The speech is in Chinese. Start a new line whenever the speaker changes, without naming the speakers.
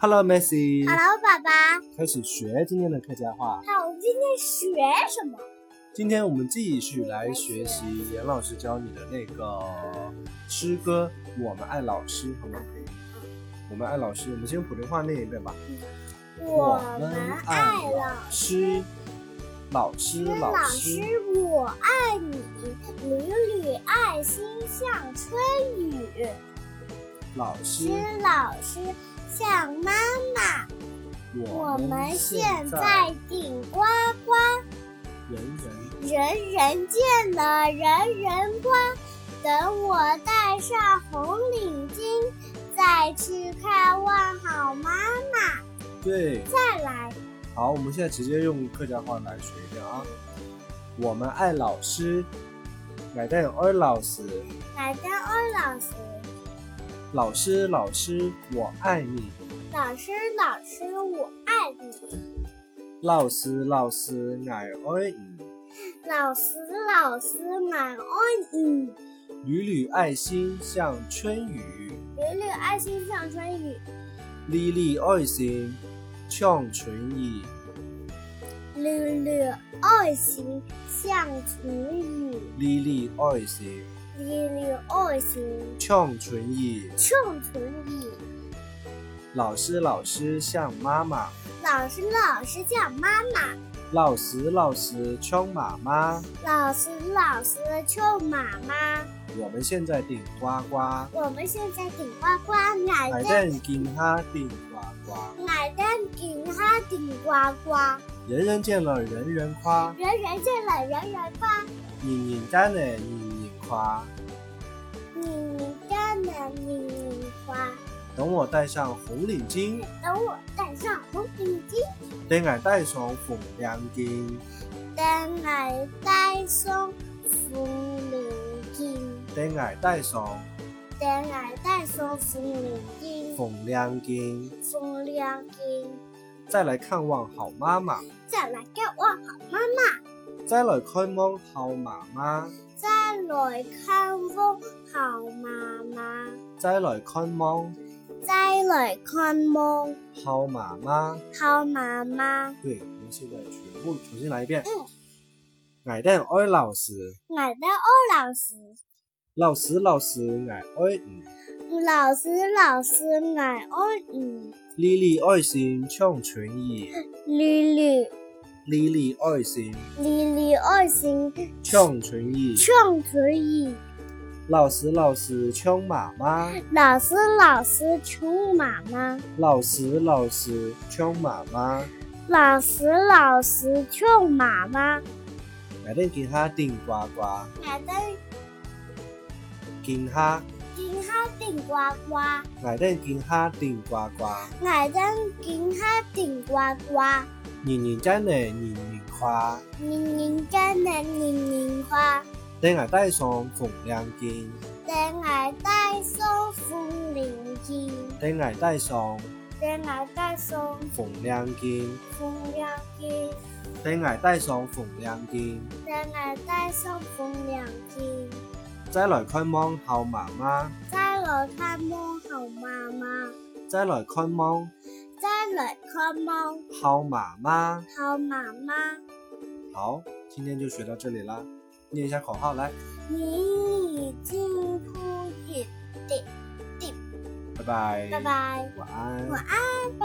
Hello, Messi，
Hello，爸爸，
开始学今天的客家话。
看我们今天学什么？
今天我们继续来学习严老师教你的那个诗歌《我们爱老师》，好吗？我们爱老师，我们先用普通话念一遍吧。
我们爱老
师，老师，老
老
师，
师，我爱你，缕缕爱心像春雨。
老
师
师，
老师像妈妈，我
我
们
们
现
现
在
在
顶呱呱，
人人
人人见了人人夸。等我戴上红领巾，再去看望好妈妈。
对。
再来，
好，我们现在直接用客家话来学一遍啊。我们爱老师，我们爱老师，
来跟欧老师。
老师老师，我爱你，
老师，老师，我爱你。
老师老师，我爱你，
老师，老师，我爱你。
缕缕爱心像春雨，
缕缕爱心像春雨，
粒粒爱心像春意。
缕缕爱心像春雨，
粒粒爱心
缕缕爱心
像春意。
像春雨。
老师老师像妈妈，
老师，老师像妈妈。
老师老师像妈妈。
老师，老师像妈妈。
我们现在顶呱呱，
我们现在顶呱呱，矮
海
蛋，
蛋跟他顶呱呱。
矮蛋顶哈顶呱呱，
人人见了人人夸，
人人见了人人夸。
人人干的人人夸。
你干的你花，
等我戴上红领巾，
等我戴上红领巾，
等我戴上红亮巾，
等我戴上红领巾，
等我戴上
等我戴上红领巾，
红亮巾，
红领巾，
再来看望好妈妈，
再来给我好妈妈，
再来看望好妈妈，
再来看望好妈妈，
再来看望
再来看望
好妈妈。
好妈妈。
对，我们现在全部重新来一遍。
嗯
我等爱老师，
我的欧老师，
老师老师我爱你，
老师老师，我爱你，
粒粒爱心像春意，
绿绿。
粒粒爱心
离离二行
像春意。
唱可以，
老师，老师，唱妈妈。
老师老师穷妈妈，
老师，老师，唱妈妈。
老师老师穷妈妈，
我哋见下顶呱呱，
俺的
见下，
金哈顶呱呱，
我哋见下顶呱呱。
俺的金哈顶呱呱，
年年真嚟，年年夸。
年年真的年年花，
等我戴上红亮巾，
等俺带上风铃机，
等我戴上
等俺带上
红亮巾，
风铃机，
等我戴上红亮巾。
等俺带上风铃机，
再来看望后妈妈，
再来看望好妈妈。
再来看望
再来看猫
后妈妈。
好妈妈，
好，今天就学到这里啦，念一下口号来，
你已经铺一地，
拜拜，
拜，拜，
晚安，
晚安。